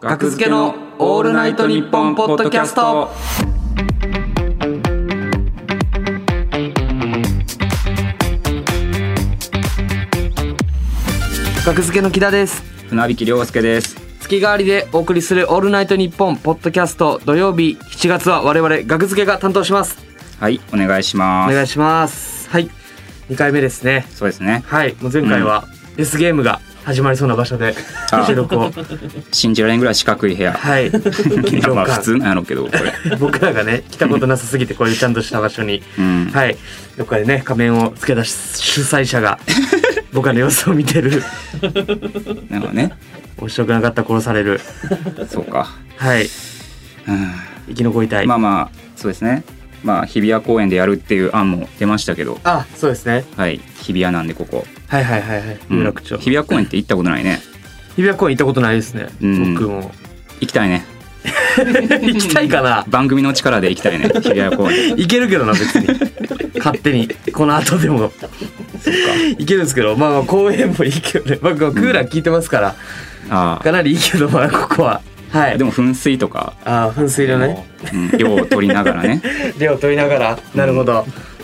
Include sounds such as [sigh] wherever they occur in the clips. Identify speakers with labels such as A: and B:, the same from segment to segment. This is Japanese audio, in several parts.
A: 学付けのオールナイトニッポンポッドキャスト
B: 学付けの木田です
A: 船引亮介です
B: 月替わりでお送りするオールナイトニッポンポッドキャスト土曜日7月は我々学付けが担当します
A: はいお願いし
B: お
A: ます
B: 願いしますはい2回目ですね
A: そうですね
B: はいもう前回は S ゲームが始まりそうな場所で
A: あ
B: 収録を
A: 信じられんぐらい四角い部屋
B: [laughs] はい
A: いやまあ
B: 緊張感
A: 普通なんやろうけどこれ
B: 僕らがね来たことなさすぎてこういうちゃんとした場所に、
A: うん
B: はいどっかでね仮面をつけた主催者が僕らの様子を見て [laughs] る
A: なんかね
B: 面白くなかったら殺される
A: そうか
B: はい
A: うん
B: 生き残りたい、
A: まあまあそうですねまあ日比谷公園でやるっていう案も出ましたけど
B: あそうですね
A: はい日比谷なんでここ
B: はいはいはいはい
A: うん
B: 有楽町、
A: 日比谷公園って行ったことないね
B: 日比谷公園行ったことないですね、
A: うん
B: 僕も [laughs]
A: 行きたいね
B: 行きたいかな
A: 番組の力で行きたい [laughs] ね日比谷公園
B: 行けるけどな別 [laughs] に勝手にこの後でも行けるんですけどまあまあ公園もいいけどね僕はクーラー効いてますから、
A: あ
B: かなりいいけどまあここはは
A: あ
B: い
A: でも噴水とか、
B: ああ噴水のね
A: うん、量を取りながらね
B: 量を取りながらなるほど、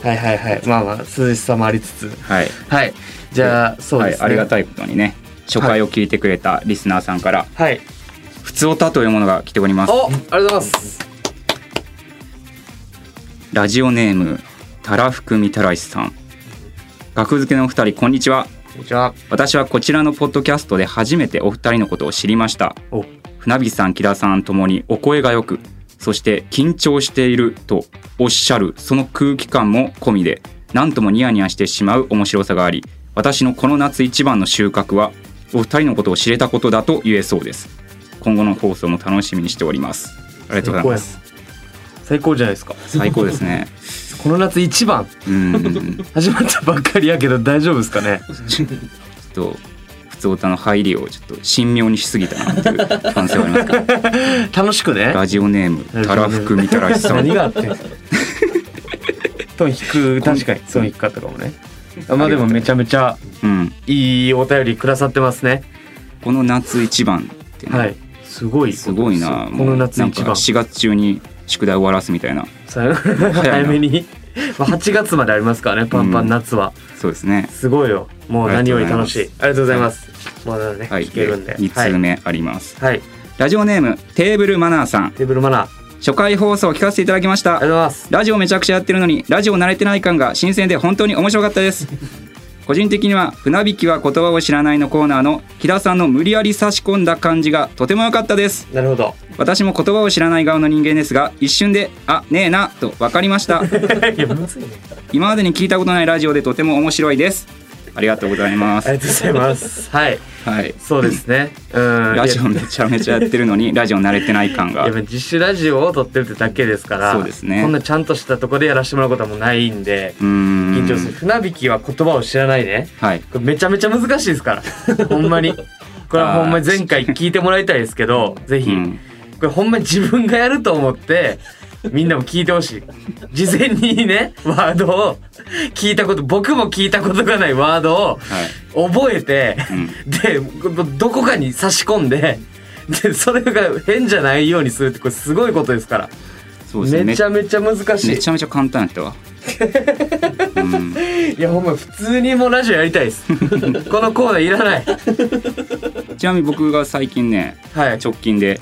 B: はいはいはいまあまあ涼しさもありつつ
A: はい
B: はいじゃあそうですね
A: はい、ありがたいことにね初回を聞いてくれたリスナーさんから
B: はい
A: 「ふつおた」というものが来ております
B: おありがとうございます
A: ラジオネームたらふくみたらしさん学付けのお二人こんにちは
B: こんにちは
A: 私はこちらのポッドキャストで初めてお二人のことを知りました
B: お
A: 船引さん木田さんともにお声がよくそして緊張しているとおっしゃるその空気感も込みで何ともニヤニヤしてしまう面白さがあり私のこの夏一番の収穫はお二人のことを知れたことだと言えそうです今後の放送も楽しみにしておりますありがとうございます
B: 最高じゃないですか
A: 最高ですね
B: この夏一番
A: うんちょ
B: 始まったばっかりやけど大丈夫ですかね
A: っと普通歌の入りをちょっと神妙にしすぎたなっていう感性はありますけど
B: 楽しくね
A: ラジオネームたらふくみたらしさん
B: 何があってんすかトン低く確かにトン低かったかもねあまあでもめちゃめちゃ
A: うん、
B: いいお便りくださってますね
A: この夏一番ってね、
B: はいすごい
A: すごいな
B: この夏一
A: なんか
B: 番
A: 4月中に宿題終わらすみたいな
B: さよ [laughs] 早めにまあ8月までありますからねパンパン夏は、
A: そうですね
B: すごいよもう何より楽しいありがとうございますもうなのね、
A: はい
B: 聞けるんで
A: 2
B: は
A: 通
B: い、
A: 目あります、
B: はい、
A: ラジオネームテーブルマナーさん
B: テーブルマナーあり
A: 初回放送を聞かせていただきまし
B: がとう
A: た
B: ございます
A: ラジオめちゃくちゃやってるのにラジオ慣れてない感が新鮮で本当に面白かったです個人的には「船引きは言葉を知らない」のコーナーの木田さんの無理やり差し込んだ感じがとても良かったです
B: なるほど
A: 私も言葉を知らない側の人間ですが一瞬で「あねえな」と分かりました
B: [laughs] いやむずいね
A: 今までに聞いたことないラジオでとても面白いですありがとうございま
B: あり
A: す
B: がとうございますはい
A: はい
B: そうですねうん
A: ラジオめちゃめちゃやってるのにラジオ慣れてない感が
B: いや自主ラジオを撮ってるってだけですから
A: そうですね
B: こんなちゃんとしたとこでやらせてもらうことはもうないんで緊
A: 緊
B: 張する船引きは言葉を知らないね
A: はい
B: これめちゃめちゃ難しいですか
A: [laughs]
B: らほんまにこれはほんまに前回聞いてもらいたいですけどぜひ、
A: うん
B: これほんまに自分がやると思ってみんなも聞いてほしい事前にねワードを聞いたこと僕も聞いたことがないワードを
A: はい
B: 覚えて、
A: うん
B: でこどこかに差し込んででそれが変じゃないようにするってこれすごいことですから
A: そうですね
B: めちゃめちゃ難し
A: め
B: い
A: ちゃめちゃ簡単やったわうん
B: いやほんま普通にもうラジオやりたい
A: [laughs]
B: ですこのコーナーいらない
A: ちなみに僕が最近ね
B: はい
A: 直近で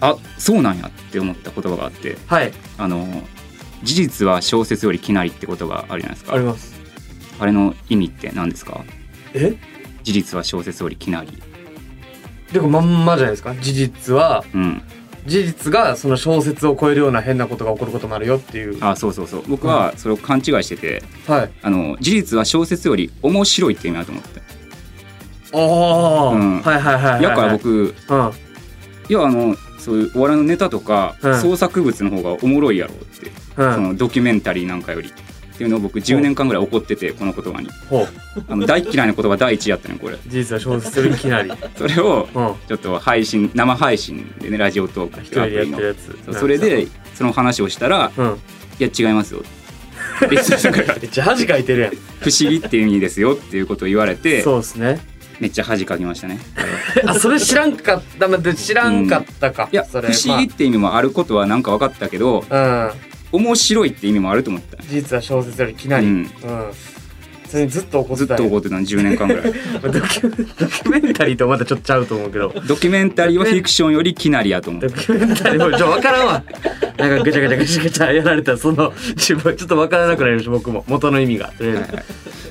A: あそうなんやって思った言葉があって
B: はい
A: あの事実は小説よりきなりって言葉あるじゃないですか
B: あります
A: あれの意味って何ですか
B: え
A: 事実は小説よりきなり
B: でもまんまじゃないですか事実は
A: うん
B: 事実がその小説を超えるような変なことが起こることもあるよっていう
A: あそうそうそう僕はそれを勘違いしてて、
B: はい
A: あの事実は小説より面白いって意味だと思って
B: ああ、
A: うん
B: はいはいはいはいはい
A: だから僕
B: うん
A: 要はあのそういうお笑いのネタとか、
B: うん
A: 創作物の方がおもろいやろうって、
B: うん
A: そのドキュメンタリーなんかよりっていうのを僕10年間ぐらい怒っててこの言葉に
B: ほう
A: あ
B: [laughs]
A: の大嫌いな言葉第一やったねこれ
B: 事実は小説よりきなりうん
A: それを
B: 一
A: ちょっと配信生配信でねラジオトークっていう
B: 人
A: ア
B: でや
A: プ
B: っ
A: リ
B: て
A: の
B: るやつ
A: そうそれでその話をしたら
B: うん
A: 「いや違いますよ」別にだから
B: [laughs] めっちゃ恥かいてるやん
A: 不思議っていう意味ですよっていうことを言われて
B: そうですね
A: めっちゃ恥かきましたね
B: [laughs] あそれ知らんかったまあ知らんかったか、
A: いや
B: そ
A: 不
B: れ
A: 思議って意味もあることはなんか分かったけど
B: まあうん
A: 面白いって意味もあると思った
B: 事実は小説よりきなり
A: う
B: うんん、それにずっと怒っ
A: ず
B: て
A: ったと
B: んや
A: 怒ってたの10年間ぐ
B: [laughs]
A: らい
B: ドキュドキュメンタリーとはまたちょっとちゃうと思うけど [laughs]
A: ドキュメンタリーはフィクションよりきなりやと思っ
B: ド
A: た
B: キュメンタリーもちょ分からんわなんかぐちゃぐちゃぐちゃぐちゃやられたらその [laughs] 自分ちょっと分からなくなりました僕も元の意味がとりあえず、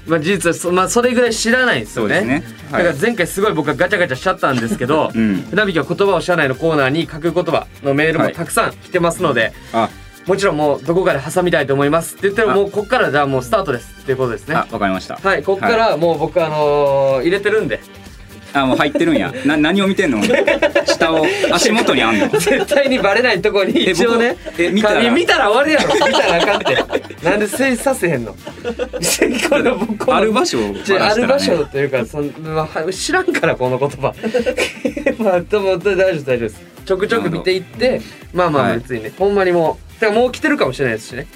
B: まあ事実はそ,、まあ、それぐらい知らないんです
A: そ
B: よ
A: うですねは
B: だか
A: い
B: ら前回すごい僕がガチャガチャしちゃったんですけど、
A: うん
B: 船引きは言葉を社内のコーナーに書く言葉のメールもたくさん来てますので、
A: あ
B: もちろんもうどこかで挟みたいと思いますって言ったら
A: あ
B: もうこっからじゃあもうスタートですっていうことですね
A: あわかりました
B: はいこっか
A: は
B: らもう僕あのー入れてるんで [laughs]
A: あもう入ってるんやな何を見てんの下
B: [laughs]
A: を足元にあんの
B: 絶対にバレないとこに
A: え
B: 一応ね
A: 僕え見たら
B: 紙見たら終わるやろ [laughs] 見たらあかんってなんでせいさせへ [laughs] んのこれ僕この
A: ある場所を話し
B: ちょあ
A: た
B: る
A: ら、
B: 場
A: ね、
B: 所というかその、まあ、知らんからこの言葉 [laughs] まあでも大丈夫です大丈夫ですちょくちょく見ていってまあま
A: は
B: あ
A: い
B: 別にね、ほんまにもうだからもう来てるかもしれないですしね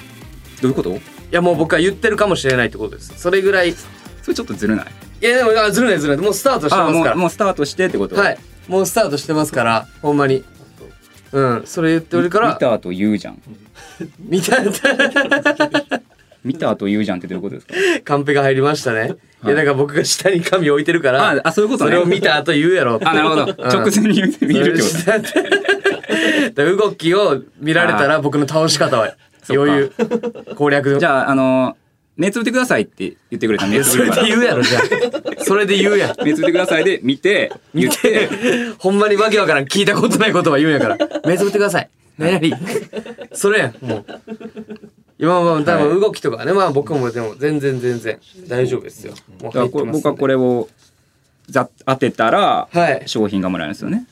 A: どういうこと
B: いやもう僕は言ってるかもしれないってことですそれぐらいい
A: それちょっとずるない
B: やでもあずるないずるないもうスタートして
A: あ
B: ます
A: も
B: か
A: う
B: ら
A: もうスタートしてってこと
B: はいもうスタートしてますからほんまにうんそれ言ってるから
A: 見た後言うじゃん
B: 見た [laughs]
A: 見た後言うじゃんってどういうことですか
B: カンペが入りましたね、い、やだから僕が下に紙置いてるから
A: ああそういうことね
B: それを見た後言うやろって
A: あなるほど
B: うん
A: 直前に見見るって
B: [laughs]
A: こと
B: と動きを見られたら僕の倒し方は
A: そっか
B: 余裕攻略
A: じゃああの目つぶってくださいって言ってくれたら目つ
B: そ
A: ぶ
B: れ
A: るか
B: で
A: ら
B: 言うやろじゃあそれで言うやん
A: 目つぶってくださいで見て言って
B: [laughs] ほんまにわけわからん聞いたことないことは言うんやから目つぶってください何々それやんもう今は多分動きとかね、まあ僕もでも全然全然大丈夫ですよもう
A: だか
B: 入
A: ら
B: って
A: こ
B: ますんで
A: 僕はこれをざ当てたら
B: はい
A: 商品がもらえるんですよね、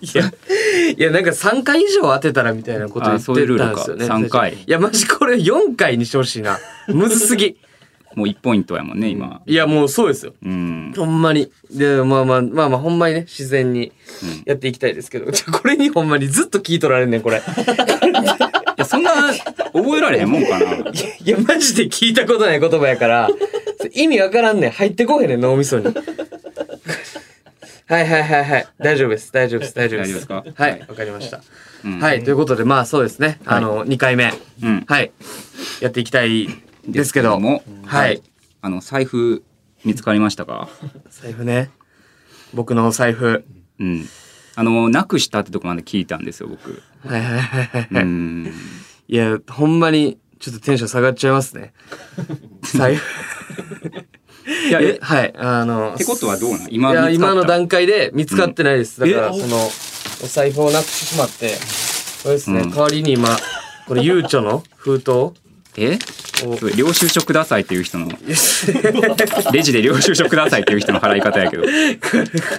B: いや、いやなんか3回以上当てたらみたいなこと言
A: あ
B: っ
A: そういうル
B: て
A: ール
B: た
A: か
B: んですよ
A: 三
B: ね。
A: 回
B: いや、マジこれ4回にしてほしいな。むずすぎ。
A: もう1ポイントやもんね今
B: いや、もうそうですよ。
A: うん
B: ほんまに。で、まあまあ、まあまあ、ほんまにね、自然にやっていきたいですけど、ちょこれにほんまにずっと聞いとられんねん、
A: [laughs]
B: これ。
A: いやそんな覚えられへんもんかない
B: や、マジで聞いたことない言葉やから、意味わからんねん。入ってこへんねん、脳みそに。はいはいはいはい。大丈夫です。大丈夫です。大丈夫です。
A: 大丈夫ですか
B: はい、わかりました。
A: うん
B: はい、ということで、まあそうですね。あの、2回目。
A: うん
B: はい。やっていきたいですけど。
A: も
B: はい。
A: あの財布見つかりましたか
B: 財布ね。僕のお財布。
A: うんあのなくしたってとこまで聞いたんですよ僕
B: はいはいはいはい。
A: うん
B: いや、ほんまに、ちょっとテンション下がっちゃいま
A: [laughs]
B: すね。財布。
A: いや
B: え
A: え、
B: はい。あの。
A: ってことはどうなん
B: い
A: 今
B: や
A: 見つか
B: 今
A: った
B: の段階で見つかってないです、
A: ん
B: だから
A: え
B: そのお財布をなくしてしまってこれですね、
A: うん
B: 代わりに今これゆうちょの封筒
A: [laughs]
B: を
A: えそれ領収書くださいっていう人
B: [laughs]
A: のレジで領収書くださいっていう人の払い方やけど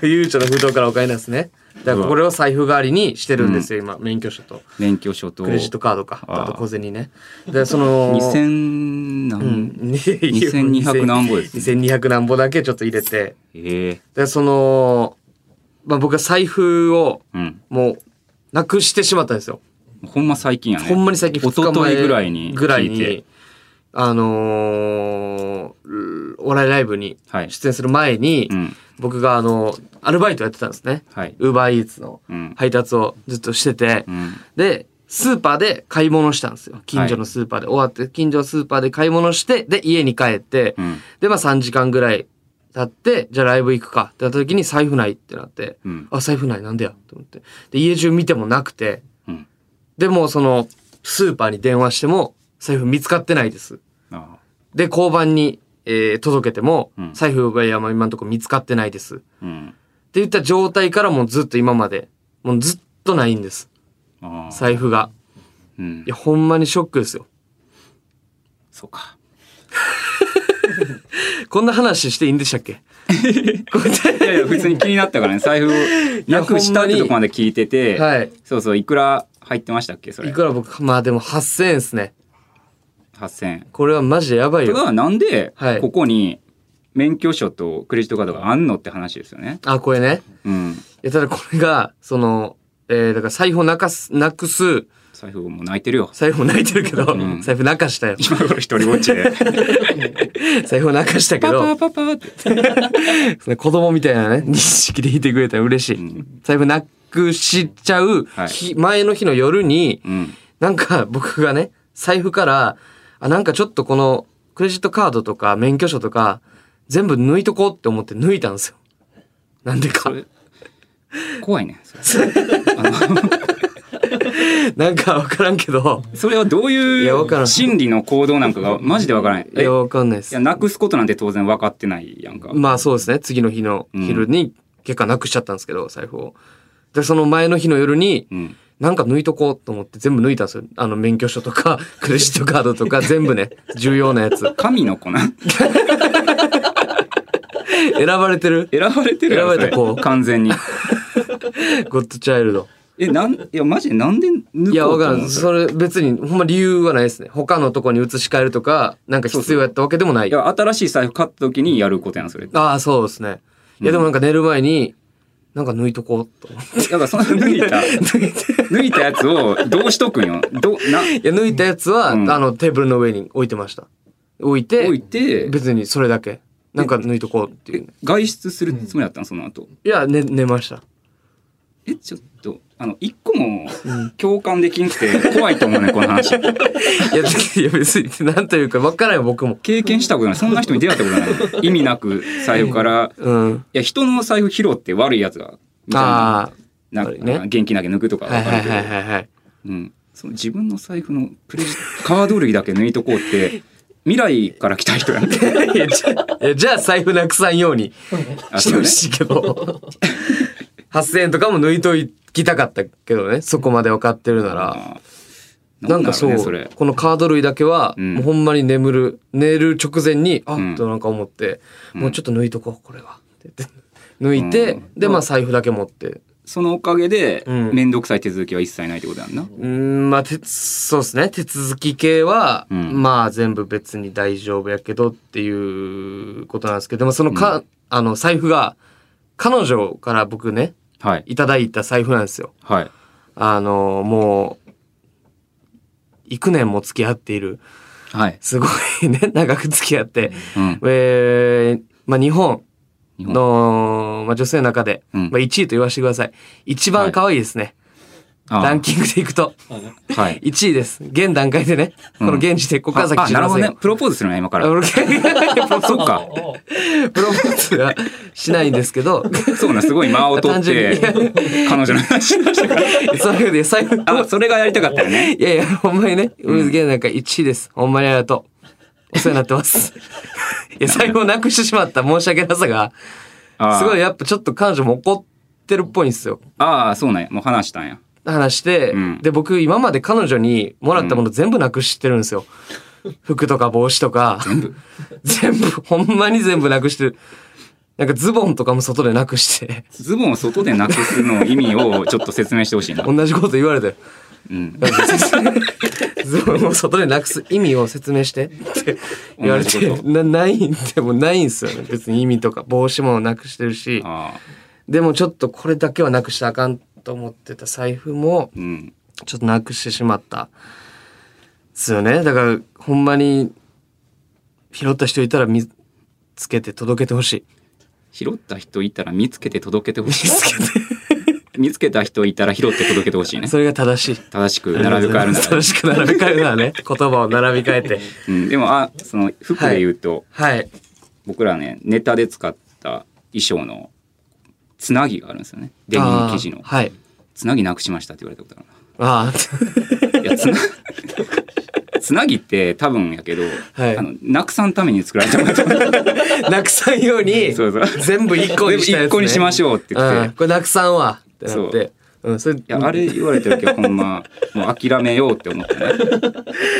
B: ゆうちょの封筒からお金なんですねだからこれを財布代わりにしてるんですよ、今免許証と
A: 免許証と
B: クレジットカードか
A: あー
B: あと小銭ねでその
A: 2000何、
B: うん
A: 2200なんぼです
B: 2200なんぼだけちょっと入れて
A: ええ
B: でその、まあ、僕は財布を
A: うん
B: もうなくしてしまったんですよ
A: ほんま最近やね
B: ほんまに最近
A: 一
B: 2日
A: 昨
B: 前
A: 日ぐらいに
B: ぐらい
A: 聞いて
B: にあのーお笑いライブに
A: はい
B: 出演する前に、
A: うん
B: 僕があのアルバイトやってたんですね
A: はい
B: ウーバーイーツの
A: うん
B: 配達をずっとしてて、
A: うん
B: でスーパーで買い物したんですよ近所のスーパーで、終わって近所のスーパーで買い物してで家に帰って、
A: うん
B: でまあ3時間ぐらい経ってじゃあライブ行くかってなった時に財布ないってなって、
A: うん
B: あ財布ないなんでやと思ってで家中見てもなくて
A: うん
B: でもそのスーパーに電話しても財布見つかってないです。
A: あ
B: で交番に、えー届けても、
A: うん
B: 財布が今のところ見つかってないです。って
A: うん
B: 言った状態からもうずっと今までもうずっとないんです
A: ああ
B: 財布が。
A: うん
B: いやほんまにショックですよ。
A: そうか
B: こんな話していいんでしたっけこ
A: いやいや普通に気になったからね財布をなくしたってとこまで聞いて
B: れ
A: て、
B: はい。
A: そうそういくら入ってましたっけそれ
B: いくら僕まあでも8,000円ですね。
A: 8000円
B: これはマジでやばい
A: た
B: よ。
A: だなんで
B: はい
A: ここに免許証とクレジットカードがあんのって話ですよね。
B: あこれね。
A: うん、
B: いやただこれがその、えーだから財布をなかすなくす
A: 財布もう泣いてるよ。
B: 財布も泣いてるけど、
A: ん
B: 財布泣かしたよ。
A: 今頃一人ぼっ
B: [laughs]
A: ちで。
B: 財布を泣かしたけ
A: パパ
B: ど、
A: パパって。
B: その子供みたいなね、認識でいてくれたら嬉しい。財布なくしちゃう
A: はい
B: 日、前の日の夜に、
A: うん。
B: なんか [laughs] 僕がね、財布から、あ、なんかちょっとこのクレジットカードとか免許証とか、全部抜いとこうって思って抜いたんですよ。なんでか。
A: 怖いね。それ
B: [laughs] なんかわからんけど、
A: それはどう
B: いやわ
A: い
B: から
A: うん心理の行動なんかがマジでわからない。
B: い
A: え
B: や、わかんないで
A: い
B: す
A: や、。なくすことなんて当然分かってないやんか。
B: まあそうですね。次の日の昼に結果なくしちゃったんですけど、財布を。で、その前の日の夜に、
A: うん。
B: なんか抜いとこうと思って全部抜いたんですよ。あの、免許証とか、 [laughs] クレジットカードとか、全部ね、重要なやつ。
A: 神の子な。 [laughs]
B: 選ばれてる
A: 選ばれてるやん
B: 選ばれた
A: そ
B: 子
A: 完全に。
B: ゴッドチャイルド。
A: え、なん、いや、マジでなんで抜こうと
B: いや、わから。
A: 思うんんい
B: それ別に、ほんま理由はないですね。他のとこに移し替えるとか、なんか必要やったわけでもない。
A: や、新しい財布買った時にやることやん、それ。だ
B: ああ、そうですね。いや、でもなんか寝る前に、なんか抜いとこうと思って。
A: から、その抜
B: [laughs]
A: いた、
B: 抜いて。
A: 抜いたやつをどうしとくんよ。ど、な、
B: いや、抜いたやつは、
A: うん
B: あの、テーブルの上に置いてました。置いて、
A: 置いて、
B: 別にそれだけ。なんか抜いとこうっていう、ね。
A: 外出するつもりだったの、その後。
B: いや、寝、寝ました。
A: え、ちょっと、あの、一個も共感できんくて、怖いと思うね、この話。
B: いや、いや別に、なんというか、わからんよ、僕も。
A: 経験したことない。そんな人に出会ったことない。意味なく財布から、
B: うん。
A: いや、人の財布拾って悪いやつが、みたいな。
B: あ
A: なん
B: あ
A: か
B: れね
A: 現金だけ抜くとか
B: あ、
A: わ
B: はい
A: か
B: は
A: る
B: い
A: けど、
B: はいはいはい。
A: うん、その自分の財布のクレジカード類だけ抜いとこうって未来から来た人やん
B: [laughs] いやじゃあいやじゃあ財布なくさんように
A: あ
B: し
A: そ
B: て
A: う
B: ほ
A: ね
B: しいけど8,000円とかも抜いときたかったけどねそこまで分かってるなら
A: あー
B: なんかそう
A: だろねそれ
B: このカード類だけは、
A: うん
B: もうほんまに眠る寝る直前にあっ、
A: うん
B: となんか思って、
A: うん
B: もうちょっと抜いとこうこれはって言って抜いて、
A: うん
B: でまあ財布だけ持って
A: そのおかげで
B: うん
A: 面倒くさい手続きは一切ないってことやんな、
B: うんまあ手そうですね手続き系は、
A: うん
B: まあ全部別に大丈夫やけどっていうことなんですけどでもそのか、あの財布が彼女から僕ね
A: はい
B: いただいた財布なんですよ。
A: はい
B: あのもう幾年も付き合っている
A: はい、
B: すごいね [laughs] 長く付き合って、
A: うん
B: えーまあ、日本
A: 日本
B: の、まあ、女性の中で、
A: うん
B: まあ、1位と言わせてください一番可愛いですね、
A: あー
B: ランキングでいくと。
A: はい
B: 1位です。現段階でね。
A: うん
B: この現時点、ここから
A: あ
B: 先
A: あなるほどねプロポーズするの今か
B: あ
A: ら
B: [laughs] 俺
A: そっか
B: プロポーズはしないんです
A: [laughs]
B: けど、
A: そうなんすごい間を取っ
B: 単純
A: て彼女の話しましたから
B: それで財布、 [laughs]
A: あそれがやりたかったよね
B: いやいや、ほんまにね、現段階1位です。ほんまにありがとう。お世話になっ
A: [laughs]
B: てます。いや、財布をなくしてしまった申し訳なさが、
A: あー
B: すごいやっぱちょっと彼女も怒ってるっぽいんですよ。
A: あーそうなんやもう話したんや
B: 話して、
A: うん
B: で、僕今まで彼女にもらったもの全部なくしてるんです
A: [laughs]
B: よ。服とか帽子とか。
A: 全部
B: [laughs] 全部、ほんまに全部なくしてる。なんかズボンとかも外でなくして、
A: ズボンを外でなくすの意味をちょっと説明してほ
B: [laughs]
A: しいな。
B: 同じこと言われて。
A: うん。
B: ズボンを外でなくす意味を説明してって言われ
A: 同じこ
B: て、
A: と
B: なないんでもないんですよね。別に意味とか帽子もなくしてるし、
A: ああ、
B: でもちょっとこれだけはなくしたらあかんと思ってた財布も
A: うん。
B: ちょっとなくしてしまった。ですよね。だからほんまに拾った人いたら見つけて届けてほしい。
A: 拾った人いたら見つけて届けてほし
B: 見つけて。
A: い。見つけた人いたら拾って届けてほしいね。
B: それが正しい。
A: 正しく並べ替えるなら
B: 正
A: ね。
B: しく並べ替えるな
A: [laughs]
B: らね。言葉を並び替えて。
A: うん。でも、あ、その服で言うと、
B: はい。
A: 僕らね、ネタで使った衣装のつなぎがあるんですよね。デニム生地の
B: あー。はい。
A: つなぎなくしましたって言われたことあ
B: あ
A: るな。いや、つ
B: [laughs]
A: な、つなぎって多分やけど、
B: はい
A: あの、なくさんために作られたもの。
B: あ。 [laughs] なくさんように、
A: そうそう
B: 全部一個にしたやつ、ね。
A: 一個にしましょうって言って。
B: うん、これなくさんは。ってなって。うん、それ
A: いや、あれ言われてるけど、ほんま、もう諦めようって思った
B: [laughs]
A: ね。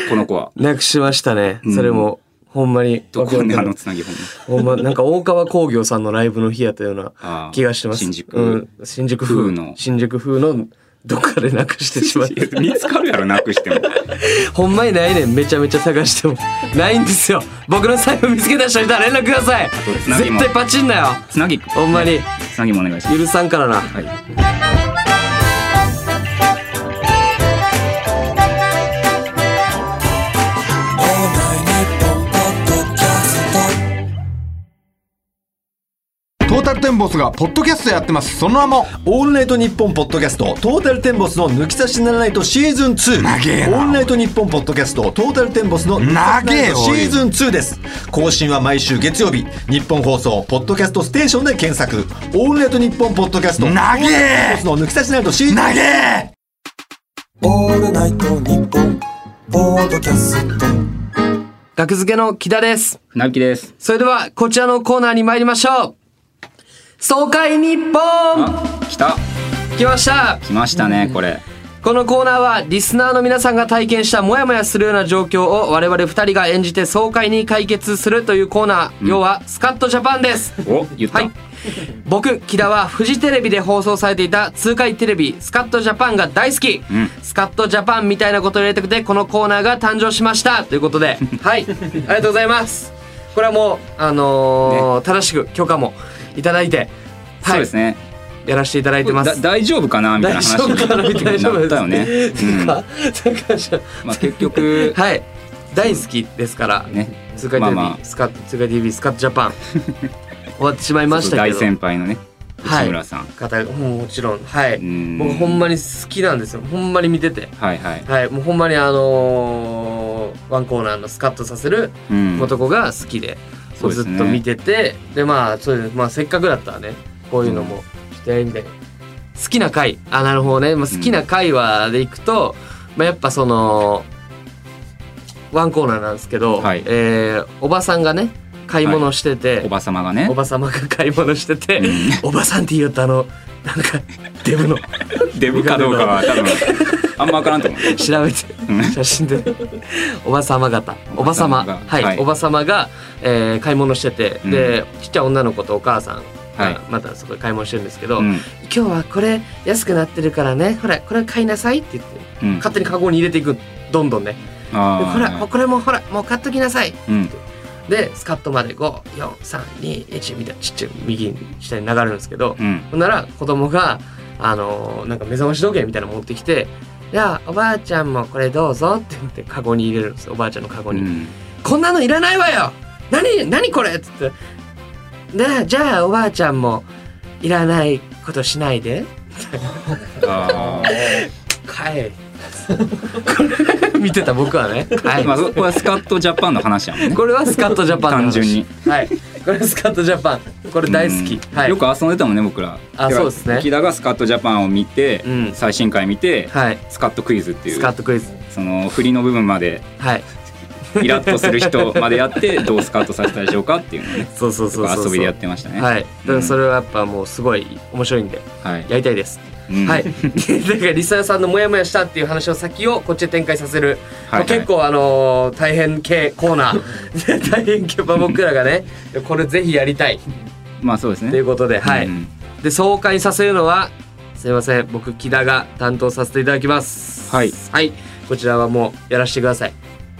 A: この子は。
B: なくしましたね。
A: ん
B: それも、ほんまに。
A: どこにあの
B: わかんない
A: つなぎほんま。
B: ほんま、なんか大川工業さんのライブの日やったような
A: [laughs] あー
B: 気がしてます。
A: 新宿
B: うん、新宿風
A: 風の
B: 新宿風の、どっかでなくしてし
A: [laughs]
B: まっ
A: い
B: て。
A: や見つかるやろ、なくしても。
B: ほんまにないねんめちゃめちゃ探してもないんですよ僕の財布見つけた人いたら連絡ください
A: そうつなぎ
B: 絶
A: も
B: 対パチンだよ
A: つなぎ、
B: ほんまに
A: つなぎもお願いします。
B: 許さんからな
A: はい。
C: タルテンボスがポッドキャストやってますその名も
D: オールナイトニッポンポッドキャストトータルテンボスの抜き差しならないとシーズン2
C: 長えな
D: オールナイトニッポンポッドキャストトータルテンボスの抜き差しならないとシーズン2です更新は毎週月曜日日本放送ポッドキャストステーションで検索オールナイトニッポンポッドキャスト
C: 長え
D: トータルテンボスの抜き差しならないとシーズン
C: 投げ
E: オールナイトニッポンポッドキャスト
B: 学付けの木田です。
A: 船引きです
B: それでは、こちらのコーナーに参りましょう。爽快日本
A: あ来た
B: 来ました
A: 来ましたねこれ
B: このコーナーはリスナーの皆さんが体験したモヤモヤするような状況を我々二人が演じて爽快に解決するというコーナー、要はスカットジャパンです
A: お言った、
B: はい僕木田はフジテレビで放送されていた痛快テレビスカットジャパンが大好き、
A: ん
B: スカットジャパンみたいなことを入れたくてこのコーナーが誕生しましたというこ
A: [laughs]
B: とではいありがとうございますこれはもうあのー正しく許可もいただいてはい
A: そうですね
B: やらせていただいてます
A: だ大丈夫かなみたいな
B: 大
A: 話
B: 丈夫かなみたいな
A: なったよね、うん
B: なんかなんかじゃ
A: まあ、結局
B: あはい大好きですから
A: ね
B: 通過
A: まあ
B: TV、
A: まあ
B: スカッツーカ TV スカットジャパン終わってしまいましたけ
A: 大
B: ど
A: 先輩のね
B: は
A: 内
B: い
A: 村さん、
B: 方がもうもちろんはいう
A: ーん
B: 僕ほんまに好きなんですよほんまに見てて
A: はいはい、
B: はいもうほんまにあのーワンコーナーのスカッとさせる
A: うん、
B: 男が好きで、
A: そう
B: もう
A: です
B: ず
A: ね
B: っと見ててでまあそうです、まあ、せっかくだったらねこういうのもしてやりみたいな好きな回あなるほどね、まあ、好きな回はでいくと、まあ、やっぱそのワンコーナーなんですけど、
A: はい
B: えーおばさんがね買い物してて、
A: おばさまがね
B: おば様が買い物してて、おばさんって言うとあのなんかデブの
A: デブかどうかは多分
B: [laughs]
A: あんま分からんと思う
B: 調べて
A: うん
B: [laughs] 写真でおば様方おば
A: おば様
B: 様
A: が
B: はい、
A: はい
B: おば様が、えー買い物してて、
A: うん
B: でちっちゃい女の子とお母さん
A: はい
B: がまたそこで買い物してるんですけど、
A: う
B: 今
A: ん
B: 日はこれ安くなってるからねほらこれ買いなさいって言って
A: うん
B: 勝手にカゴに入れていくどんどんねで
A: あ
B: ほらこれもほらもう買っときなさい
A: ーうん
B: でスカットまで54321みたいなちっちゃい右下に流れるんですけど、
A: うん
B: ほんなら子供が、あのーなんか目覚まし時計みたいなの持ってきて、じゃあおばあちゃんもこれどうぞって言ってカゴに入れるんですよ、おばあちゃんのカゴ
A: う
B: に。
A: ん
B: こんなのいらないわよ何何これっつって。で、じゃあおばあちゃんもいらないことしないで。
A: あ
B: はい。こ [laughs] れ見てた僕はね。は
A: ー
B: い
A: まあ。そこはスカットジャパンの話やもんね
B: これはスカットジャパンの話
A: 単純に。
B: はい。これスカットジャパン。これ大好き。
A: うん
B: はい。
A: よく遊んでたもんね僕ら
B: あ
A: てか
B: そうですね
A: 木田がスカットジャパンを見て、
B: うん
A: 最新回見て、
B: はい。
A: スカットクイズってい
B: スカッ
A: う
B: トクイズ。
A: その振りの部分まで
B: はい。
A: イラッとする人までや
B: [laughs]
A: ってどうスカッとさせたでしょうかっていうのをね
B: そうそうそうそうそう。
A: 遊びでやってましたね
B: はい、だからそ
A: れ、
B: れはやっぱもうすごい面白いんで
A: はい
B: やりたいです、
A: うん
B: はい [laughs] だからリスナーさんのモヤモヤしたっていう話を先をこっちで展開させる、
A: はいはい
B: 結構あのー大変系コー
A: [laughs]
B: ナー大変系まあ僕らがねこれぜひやりたい
A: まあそうですね
B: ということではい、
A: うん
B: で爽快させるのはすいません僕木田が担当させていただきます
A: はい
B: はいこちらはもうやらせてください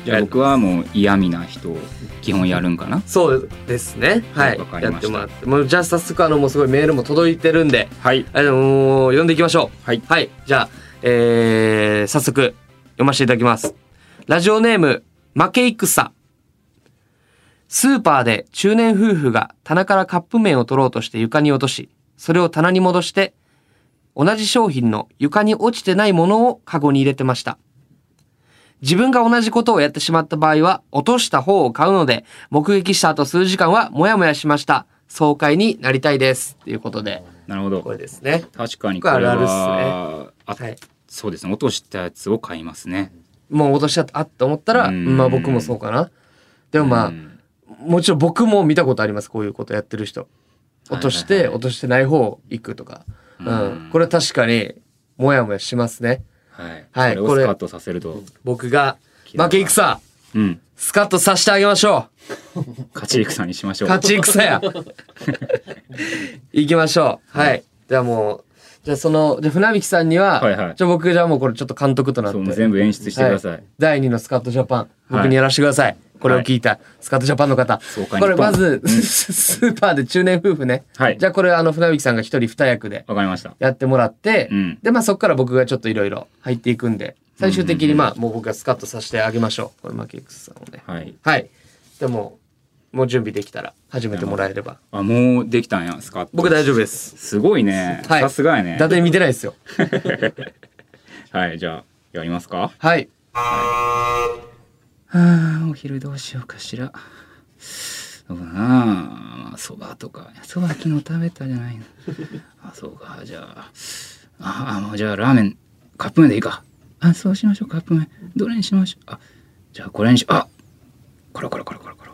A: じゃあ僕はもう嫌味な人を基本やるんかな
B: そうですねはい
A: わかり
B: や
A: ま
B: っ
A: した
B: てもらってもうじゃあ早速あのもうすごいメールも届いてるんで
A: はい
B: あのもう読んでいきましょう。
A: はい
B: じゃあ、えー、早速読ませていただきます。ラジオネーム、負け戦。スーパーで中年夫婦が棚からカップ麺を取ろうとして床に落とし、それを棚に戻して、同じ商品の床に落ちてないものをカゴに入れてました。自分が同じことをやってしまった場合は、落とした方を買うので、目撃した後数時間はモヤモヤしました。爽快になりたいです。ということで。
A: なるほ
B: これ
A: ど
B: ですね。
A: 確かにこれ
B: 僕ある
A: はあ
B: はい。
A: そうですね落としたやつを買いますね
B: もう落としちゃったと思ったら、
A: うん
B: まあ僕もそうかな。でもまあ、
A: うん
B: もちろん僕も見たことあります。こういうことやってる人。落として、
A: はいはいはい
B: 落としてない方行くとか。うん。これは確かに、もやもやしますね。
A: はい、
B: はい
A: これをスカッとさせると
B: 僕が、負け戦、
A: うん
B: スカッとさせてあげましょ
A: 勝ち戦にしまし
B: う。
A: ょう
B: 勝ち戦や。 [laughs] 行きましょう。はい。じゃあもう、じゃあその、じゃあ船引さんには、
A: はいはい
B: じゃあ僕じゃあもうこれちょっと監督となっ
A: そう
B: て。
A: もう全部演出してください、
B: は第2のスカットジャパン
A: は
B: 僕
A: い
B: にやらせてください、これを聞いたスカットジャパンの方
A: 爽快に
B: これまず [laughs] スーパーで中年夫婦ね、
A: はい
B: じゃあこれあの船引さんが一人二役で
A: わかりました
B: やってもらって、
A: うん
B: でまあそこから僕がちょっといろいろ入っていくんで最終的にまあもう僕がスカッとさせてあげましょうこれマキエクスさんをね
A: はい
B: はいでももう準備できたら始めてもらえれば
A: あもうできたんやスカッと
B: 僕大丈夫です
A: すごいね
B: はい
A: さすがやね
B: 伊達見てないですよ
A: はいじゃあやりますか
B: はい
A: あーお昼どうしようかしらそうだなまあそばとかそば昨日食べたじゃ
B: [laughs]
A: ないのあそうかじゃあああもうじゃあラーメンカップ麺でいいかあそうしましょうカップ麺どれにしましょうあじゃあこれにしあコロコロコロコロコロ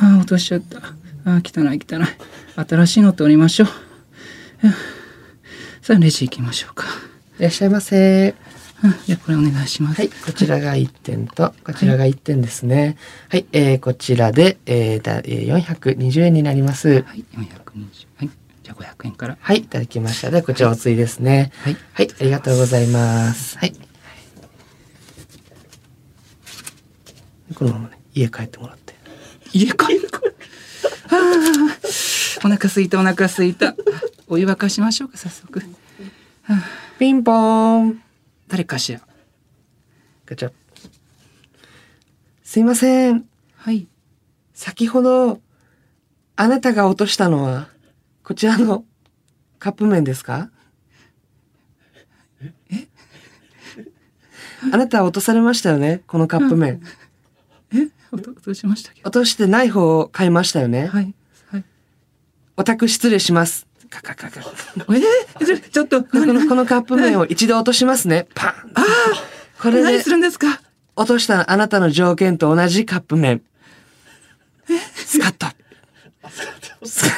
A: あ落としちゃったあ汚い汚い新しいの取りましょうふうさあレジ行きましょうか
B: いらっしゃいませ
A: うんじゃあこれお願いします
B: はい、こちらが1点と、こちらが1点ですね。はい、えー、こちらで、えー、だ、えー、420円になります。
A: はい、420。はい、じゃあ500円から。
B: はい、いただきました。で、こちらおついですね。
A: はい
B: はい、ありがとうございます。はい。このままね、家帰ってもらって。
A: 家帰るか。ああ、お腹すいた、お腹すいた。お湯沸かしましょうか、早速。
B: ピンポーン。
A: 誰かしら。
B: ガチャ。すいません。
A: はい。
B: 先ほど、あなたが落としたのは、こちらのカップ麺ですかあなたは落とされましたよねこのカップ麺。
A: おと、どうしましたっけ。
B: 落としてない方を買いましたよね
A: はい。はい。
B: お宅失礼します。カカカカ。こ
A: えー、ちょ、ちょっと、
B: の、このカップ麺を一度落としますね。パンあこれ
A: 何
B: です
A: るんですか。
B: 落としたあなたの条件と同じカップ麺。スカッと。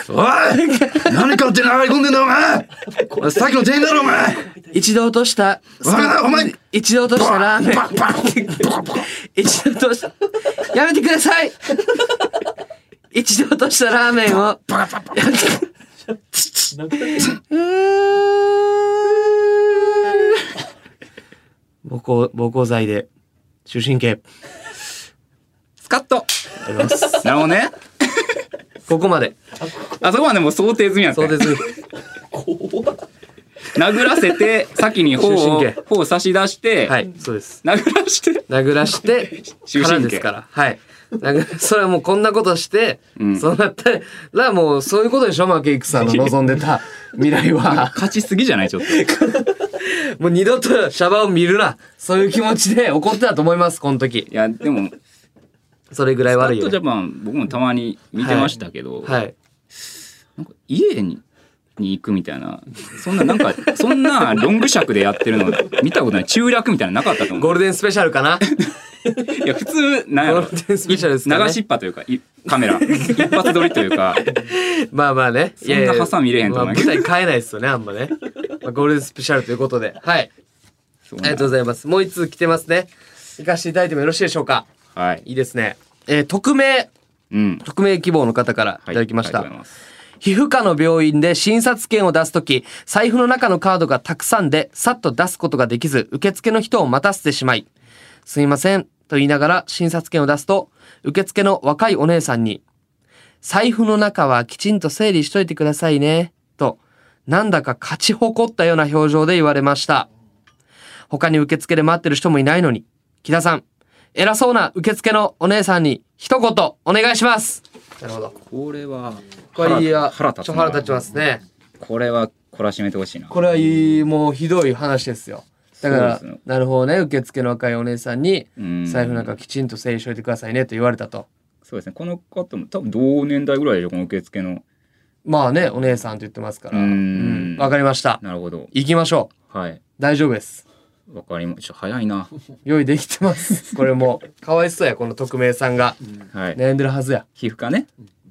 D: 何勝手に上がり込んでんだお前さっきの店員だろお前
B: 一度落とした。
D: わあお前
B: 一度落としたラーメン。一度落とした。やめてくださ [laughs] い一度落としたラーメンを。 [laughs] 暴行、暴行罪で、終身刑。
A: スカッと。なるほどね。
B: ここまで。
A: あそこはでもう想定済みなん
B: そう
A: です
B: で
A: ね。
B: す。
D: [laughs]
A: 殴らせて、先に方
B: 終
A: を
B: 身刑、
A: 方を差し出して、
B: はい、そうです。
A: 殴らして。
B: 殴らして、
A: 終身
B: から
A: 刑
B: ですから。はい。殴らそれはもうこんなことして、
A: ん
B: そうなったら、もうそういうことでしょ、マーケイクさんの望んでた未来 [laughs] は。
A: 勝ちすぎじゃないちょっと。
B: もう二度とシャバを見るな。そういう気持ちで怒ってたと思います、この時
A: い。や、でも、
B: それぐらい
A: スカ
B: 悪い
A: ッ
B: よ
A: とジ
B: ね、
A: ャパン、僕もたまに見てましたけど、
B: はい。
A: なんか家にに行くみたいなそんななんかそんなロング尺でやってるの見たことない中略みたいなのなかったと思
B: ゴールデンスペシャル
A: [laughs]
B: かな
A: ういや普通なんやろ
B: ゴールデンスペシャルですかね
A: 流しっぱというかいカ
B: [laughs]
A: メラ一発撮りというか
B: まあまあね。
A: そんなハサミ入れへんと思
B: ま
A: う
B: あ
A: け
B: 舞
A: ど
B: 台変えないですよね、あんまね。まあ、ゴールデンスペシャルということで。はい。
A: そ
B: あ
A: ん
B: り
A: な
B: がとうございます。もう一通来てますね。行かせていただいてもよろしいでしょうか。
A: はいい
B: いですね。えー匿名、
A: うん
B: 匿名希望の方からい
A: は
B: ただきました。
A: ありがとうございます
B: 皮膚科の病院で診察券を出すとき、財布の中のカードがたくさんで、さっと出すことができず、受付の人を待たせてしまい、すいません、と言いながら診察券を出すと、受付の若いお姉さんに、財布の中はきちんと整理しといてくださいね、と、なんだか勝ち誇ったような表情で言われました。他に受付で待ってる人もいないのに、木田さん、偉そうな受付のお姉さんに一言お願いします。なるほど。
A: これは
B: これは
A: 腹立つ
B: ちょ
A: な
B: 腹立ちますね。
A: これは懲らしめてほしいな
B: これはいいもうひどい話ですよ。だから、
A: そうですよ
B: なるほどね受付の若いお姉さんに
A: うん
B: 財布なんかきちんと整理しといてくださいねと言われたと。
A: そうですねこの方も多分同年代ぐらいでしょこの受付の
B: まあねお姉さんと言ってますから。
A: う
B: うんんわ、かりました。
A: なるほど
B: 行きましょう。
A: はい
B: 大丈夫です。
A: わかりました早いな
B: 用意でき
A: [laughs]
B: てます。これもうかわいそうやこの匿名さんが
A: はい、
B: 悩んでるはずや。
A: 皮膚科ね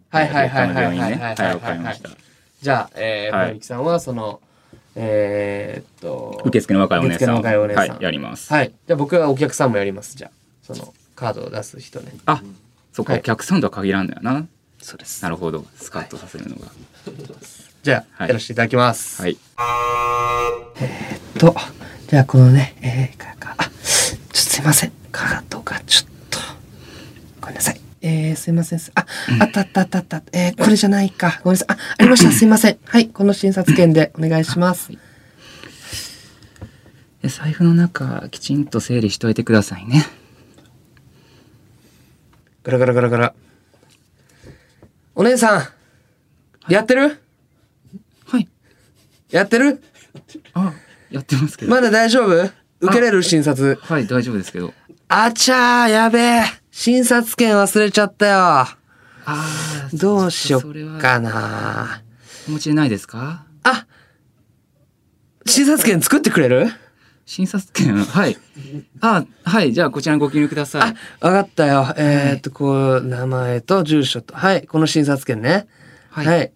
B: はいはいはいはいはい
A: 皮膚科の病
B: は
A: 院
B: い
A: ね
B: はい
A: はいわかりました
B: じゃあ、えー、
A: はい
B: 小雪さんはそのえー、っと
A: 受付の若いお姉さん
B: 受付の若いお姉さん
A: はいやります
B: はい。じゃあ僕はお客さんもやります。じゃあそのカードを出す人ね。
A: あ、そっか、
B: はい
A: お客さんとは限らんだよな。
B: そうです。
A: なるほど、スカッとさせるのが。
B: じゃあ、
A: はい
B: やらせていただきます。
A: はい。
B: と、じゃあこのね、えー、かか、あ、ちょっとすいません。カードがちょっと、ごめんなさい。えー、すいません。すあ、あったあったあったあった。えー、これじゃないか。ごめんなさい。あ、あり
A: [laughs]
B: ました。すいません。はい、この診察券でお願いします。
A: 財布の中、きちんと整理しといてくださいね。
B: ガラガラガラガラ。お姉さん、やってる
A: はい
B: やってる
A: あやってますけど
B: まだ大丈夫受けれる診察。
A: はい大丈夫ですけど
B: あちゃー、やべえ。診察券忘れちゃったよ。
A: あー
B: どうしよ
A: ちょっとそれ
B: っ
A: は
B: かな。
A: お持ちでないですか
B: あ、診察券作ってくれる
A: 診察券はい [laughs] あはいじゃあこちらにご記入ください
B: わかったよ。えー、っと、こう、名前と住所と。はい、この診察券ね。
A: はい
B: はい。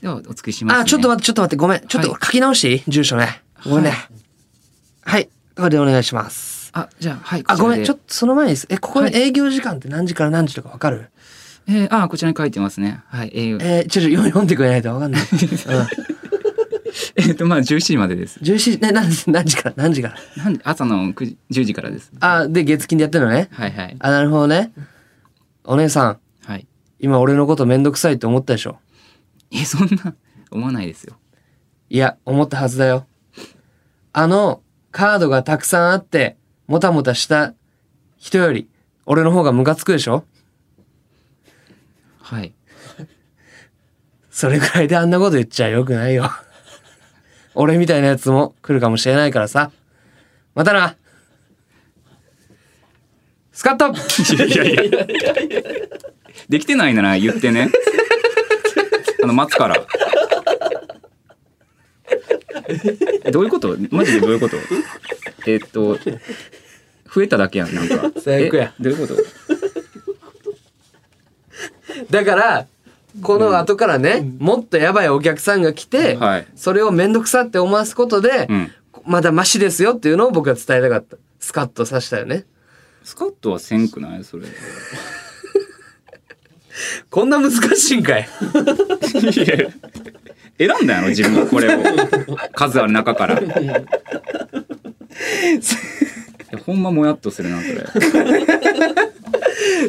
A: ではお付けします、ね、
B: あ、ちょっと待って、ちょっと待って、ごめん。ちょっと
A: はい
B: 書き直していい住所ね。ごめんね。はい。これでお願いします。
A: あじゃあはい
B: あ、ごめん。ちょっ
A: と
B: とその前にです。え、ここ
A: はい
B: に営業時間って何時から何時とかわかる
A: えー、あこちらに書いてますねはいえー、
B: えー、ちょ、ちょ、読み読んでくれないとわかんない。うん。17
A: [laughs] えーとまあ17時までです
B: 時、ね、何時何時から何時から。
A: なんで朝の9時10時からです
B: あ、で、月金でやってるのね。
A: はいはい
B: あ、なるほどね。お姉さん、
A: はい
B: 今俺のことめんどくさいって思ったでしょ。
A: えそんな思わないですよ
B: いや、思ったはずだよ。あの、カードがたくさんあって、もたもたした人より、俺の方がムカつくでしょ
A: はい
B: それくらいであんなこと言っちゃよくないよ。 [laughs] 俺みたいなやつも来るかもしれないからさ。またなスカッ [laughs] と
A: できてないなら言ってねあの待つからえどういうことマジでどういうことえっと増えただけやんなんか
B: 最悪や
A: えどういうこと
B: だから、この後からね、もっとやばいお客さんが来て、
A: はい
B: それをめんどくさって思わすことで、
A: うん
B: まだマシですよっていうのを僕は伝えたかった。スカッとさしたよね。
A: スカッとはせんくないそ
B: [laughs]
A: れい
B: こんな難しいんか
A: や
B: い。
A: 選んだやろ自分はこれを数ある中からいやほんまもやっとするなそれ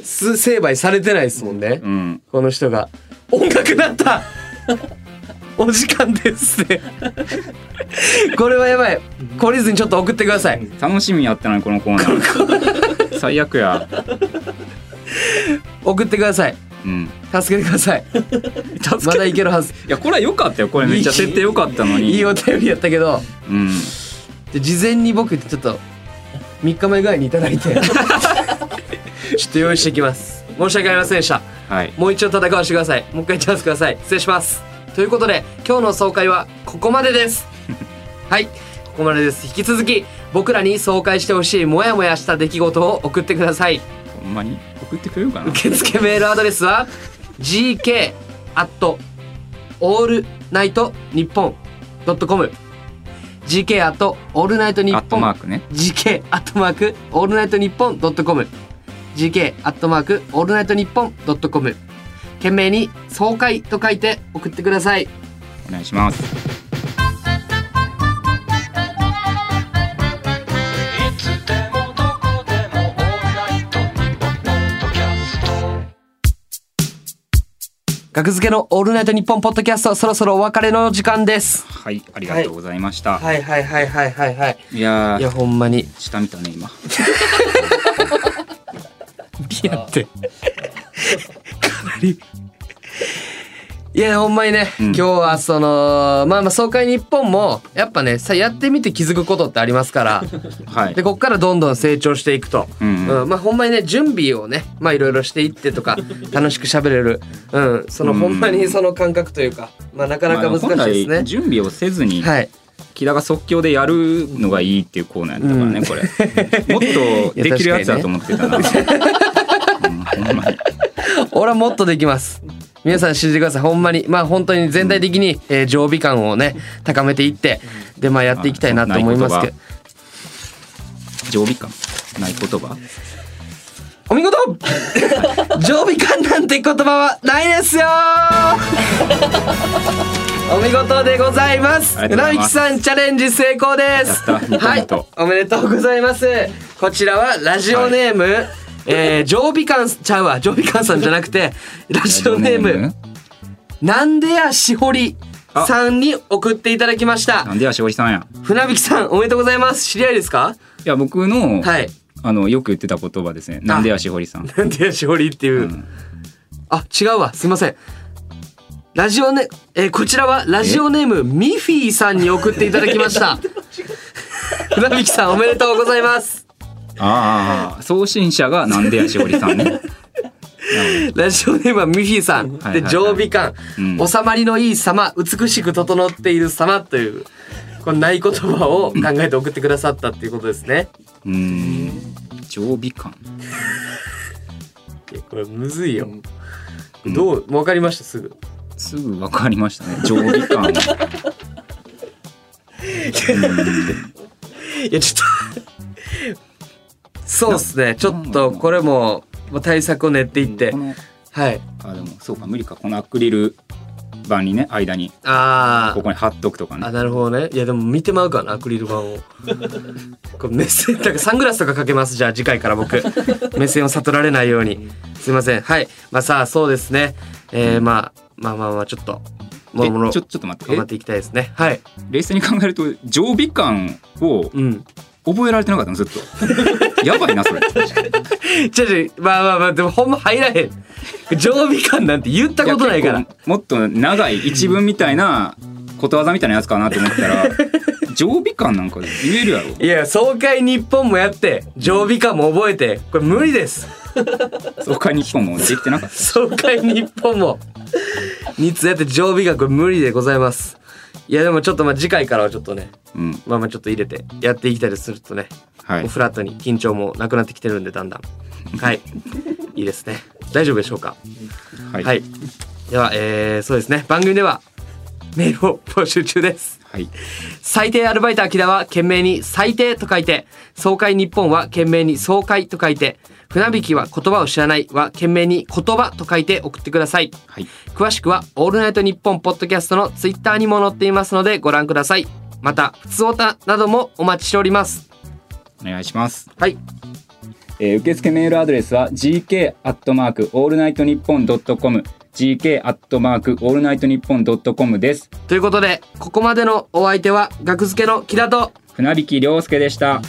B: す成敗されてないですもんね、
A: うん
B: この人が音楽だったお時間ですねこれはやばい懲りずにちょっと送ってください
A: 楽しみやったのにこのコーナー
B: [laughs]
A: 最悪や
B: 送ってください
A: うん
B: 助けてくださいまだいけるはず
A: いやこれは良かったよこれめっちゃ設定良かったのに
B: いいお便りやったけど
A: うん
B: で事前に僕ちょっと3日前ぐらいにいただい [laughs] てちょっと用意してきます申し訳ありませんでした
A: はい
B: もう一度戦わしてくださいもう一回チャンスください失礼しますということで今日の総会はここまでですはいここまでです引き続き僕らに総会してほしいモヤモヤした出来事を送ってください
A: ほんまに送ってくれるかな
B: 受付メールアドレスは gk at all night 日本 .com gk at all night 日
A: アットマ
B: 本
A: ークね
B: gk アットマークオールナイトニッポンドットコム gk アットマークオールナイトニッポンドットコム懸命に「爽快」と書いて送ってください
A: お願いします
B: 学付けの「オールナイトニッポン」ポッドキャストそろそろお別れの時間です
A: はいありがとうございました、
B: はいはいはいはいはいはい
A: い、や
B: い
A: ー
B: やほんまに
A: 下見たね今
B: リアってかなりいやほんまにね、
A: ん
B: 今日はそのまあまあ爽快日本もやっぱねさやってみて気づくことってありますから
A: はい
B: でここからどんどん成長していくと、
A: うんうん
B: まあほんまにね準備をねまあいろいろしていって
A: [laughs]
B: とか楽しく喋れる、うん、その
A: うん
B: ほんまにその感覚というか、まあ、なかなか難し
A: ま
B: い
A: あ
B: で
A: 本来
B: すね。
A: 準備をせずに、
B: はい、
A: 木田が即興でやるのがいいっていうコーナーだったからね、
B: うん
A: こ
B: [laughs]
A: れもっとできるやつだと思ってたな、うんほんまに
B: 俺はもっとできます皆さん信じてくださいほんまにまあ本当に全体的に、えー常備感をね高めていってでまあやっていきたいなと思いますけど
A: 常備感ない言葉
B: お見事 [laughs] 常備感なんて言葉はないですよ [laughs] お見事でございます
A: ありがとうござい
B: 船引
A: ます
B: さんチャレンジ成功です
A: やった
B: はい
A: 二ポイント
B: おめでとうございますこちらはラジオネーム、えー常備感ちゃうわ常備感さんじゃな
A: [laughs]
B: くてラジオネームなんでやしほりさんに送っていただきました
A: なんでやしおりさんや
B: 船引さんおめでとうございます知り合いですか
A: いや僕の、
B: はい
A: あのよく言ってた言葉ですねなんでやしほりさん
B: なんでやしほりっていう、あ、違うわ。すいません。ラジオネ、えーこちらはラジオネームミフィーさんに送っていただき
A: [laughs]
B: ました。船引さんおめでとうございます。
A: ああ送信者がなんでやしおりさん
B: [laughs]
A: ね
B: ラジオネームはミフィーさん。
A: はいはい
B: で、常備感、
A: うん
B: 収まりのいい様、美しく整っている様という、このない言葉を考えて送ってくださったっていうことですね。
A: うーん常備感
B: いやこれむずいよ。どう、わかりました、すぐ。
A: すぐ分かりましたね常備感うーん
B: いやちょっとそうっすねちょっとこれもまあ対策を練っていって
A: この
B: はい
A: あでもそうか無理かこのアクリル板にね間に
B: あ
A: こ
B: ー
A: こに貼っとくとか
B: あ
A: ね
B: なるほどねいやでも見てまうかなアクリル板を
A: [laughs]
B: こう目線なんかサングラスとかかけますじゃあ次回から僕目線を悟られないようにすいませんはいまあさあそうですねえー、まあまあまあまあちょっともろもろ
A: えちょ
B: 頑
A: ちょっと待って
B: 張っていきたいですねはい
A: え冷静に考えると常備感を [laughs]
B: うん
A: 覚えられてなかったのずっ
B: [laughs]
A: とやばいなそれ
B: ちょちょまあまあまあでもほんま入らへん常備感なんて言ったことないから
A: や結構もっと長い一文みたいなことわざみたいなやつかなと思った
B: [laughs]
A: ら常備感なんか言えるやろ
B: いや、爽快日本もやって、常備感も覚えて、これ無理です。
A: そうか日本もできてなかっ
B: 爽快日本も。日通やって常備感これ無理でございます。いや、でもちょっとまあ次回からはちょっとね、
A: たうん
B: まあまあちょっと入れてやっていきたりするとね、
A: は
B: もう
A: い
B: フラットに緊張もなくなってきてるんで、だんだん。はい。いいですね。大丈夫でしょうか
A: はい
B: はい。では、えー、そうですね。番組ではメールを募集中です。
A: はい
B: 最低アルバイト秋田は懸命に最低と書いて、爽快日本は懸命に爽快と書いて、船引きは言葉を知らないは懸命に言葉と書いて送ってください。
A: はい
B: 詳しくはオールナイトニッポンポッドキャストのツイッターにも載っていますのでご覧ください。また、普通おたなどもお待ちしております。
A: お願いします
B: はい。
A: えー受付メールアドレスは gk アットマークオールナイトニッポンドットコム gk アットマークオールナイトニッポンドットコムです
B: ということで、ここまでのお相手は、学付けの木田と、
A: 船引き涼介でした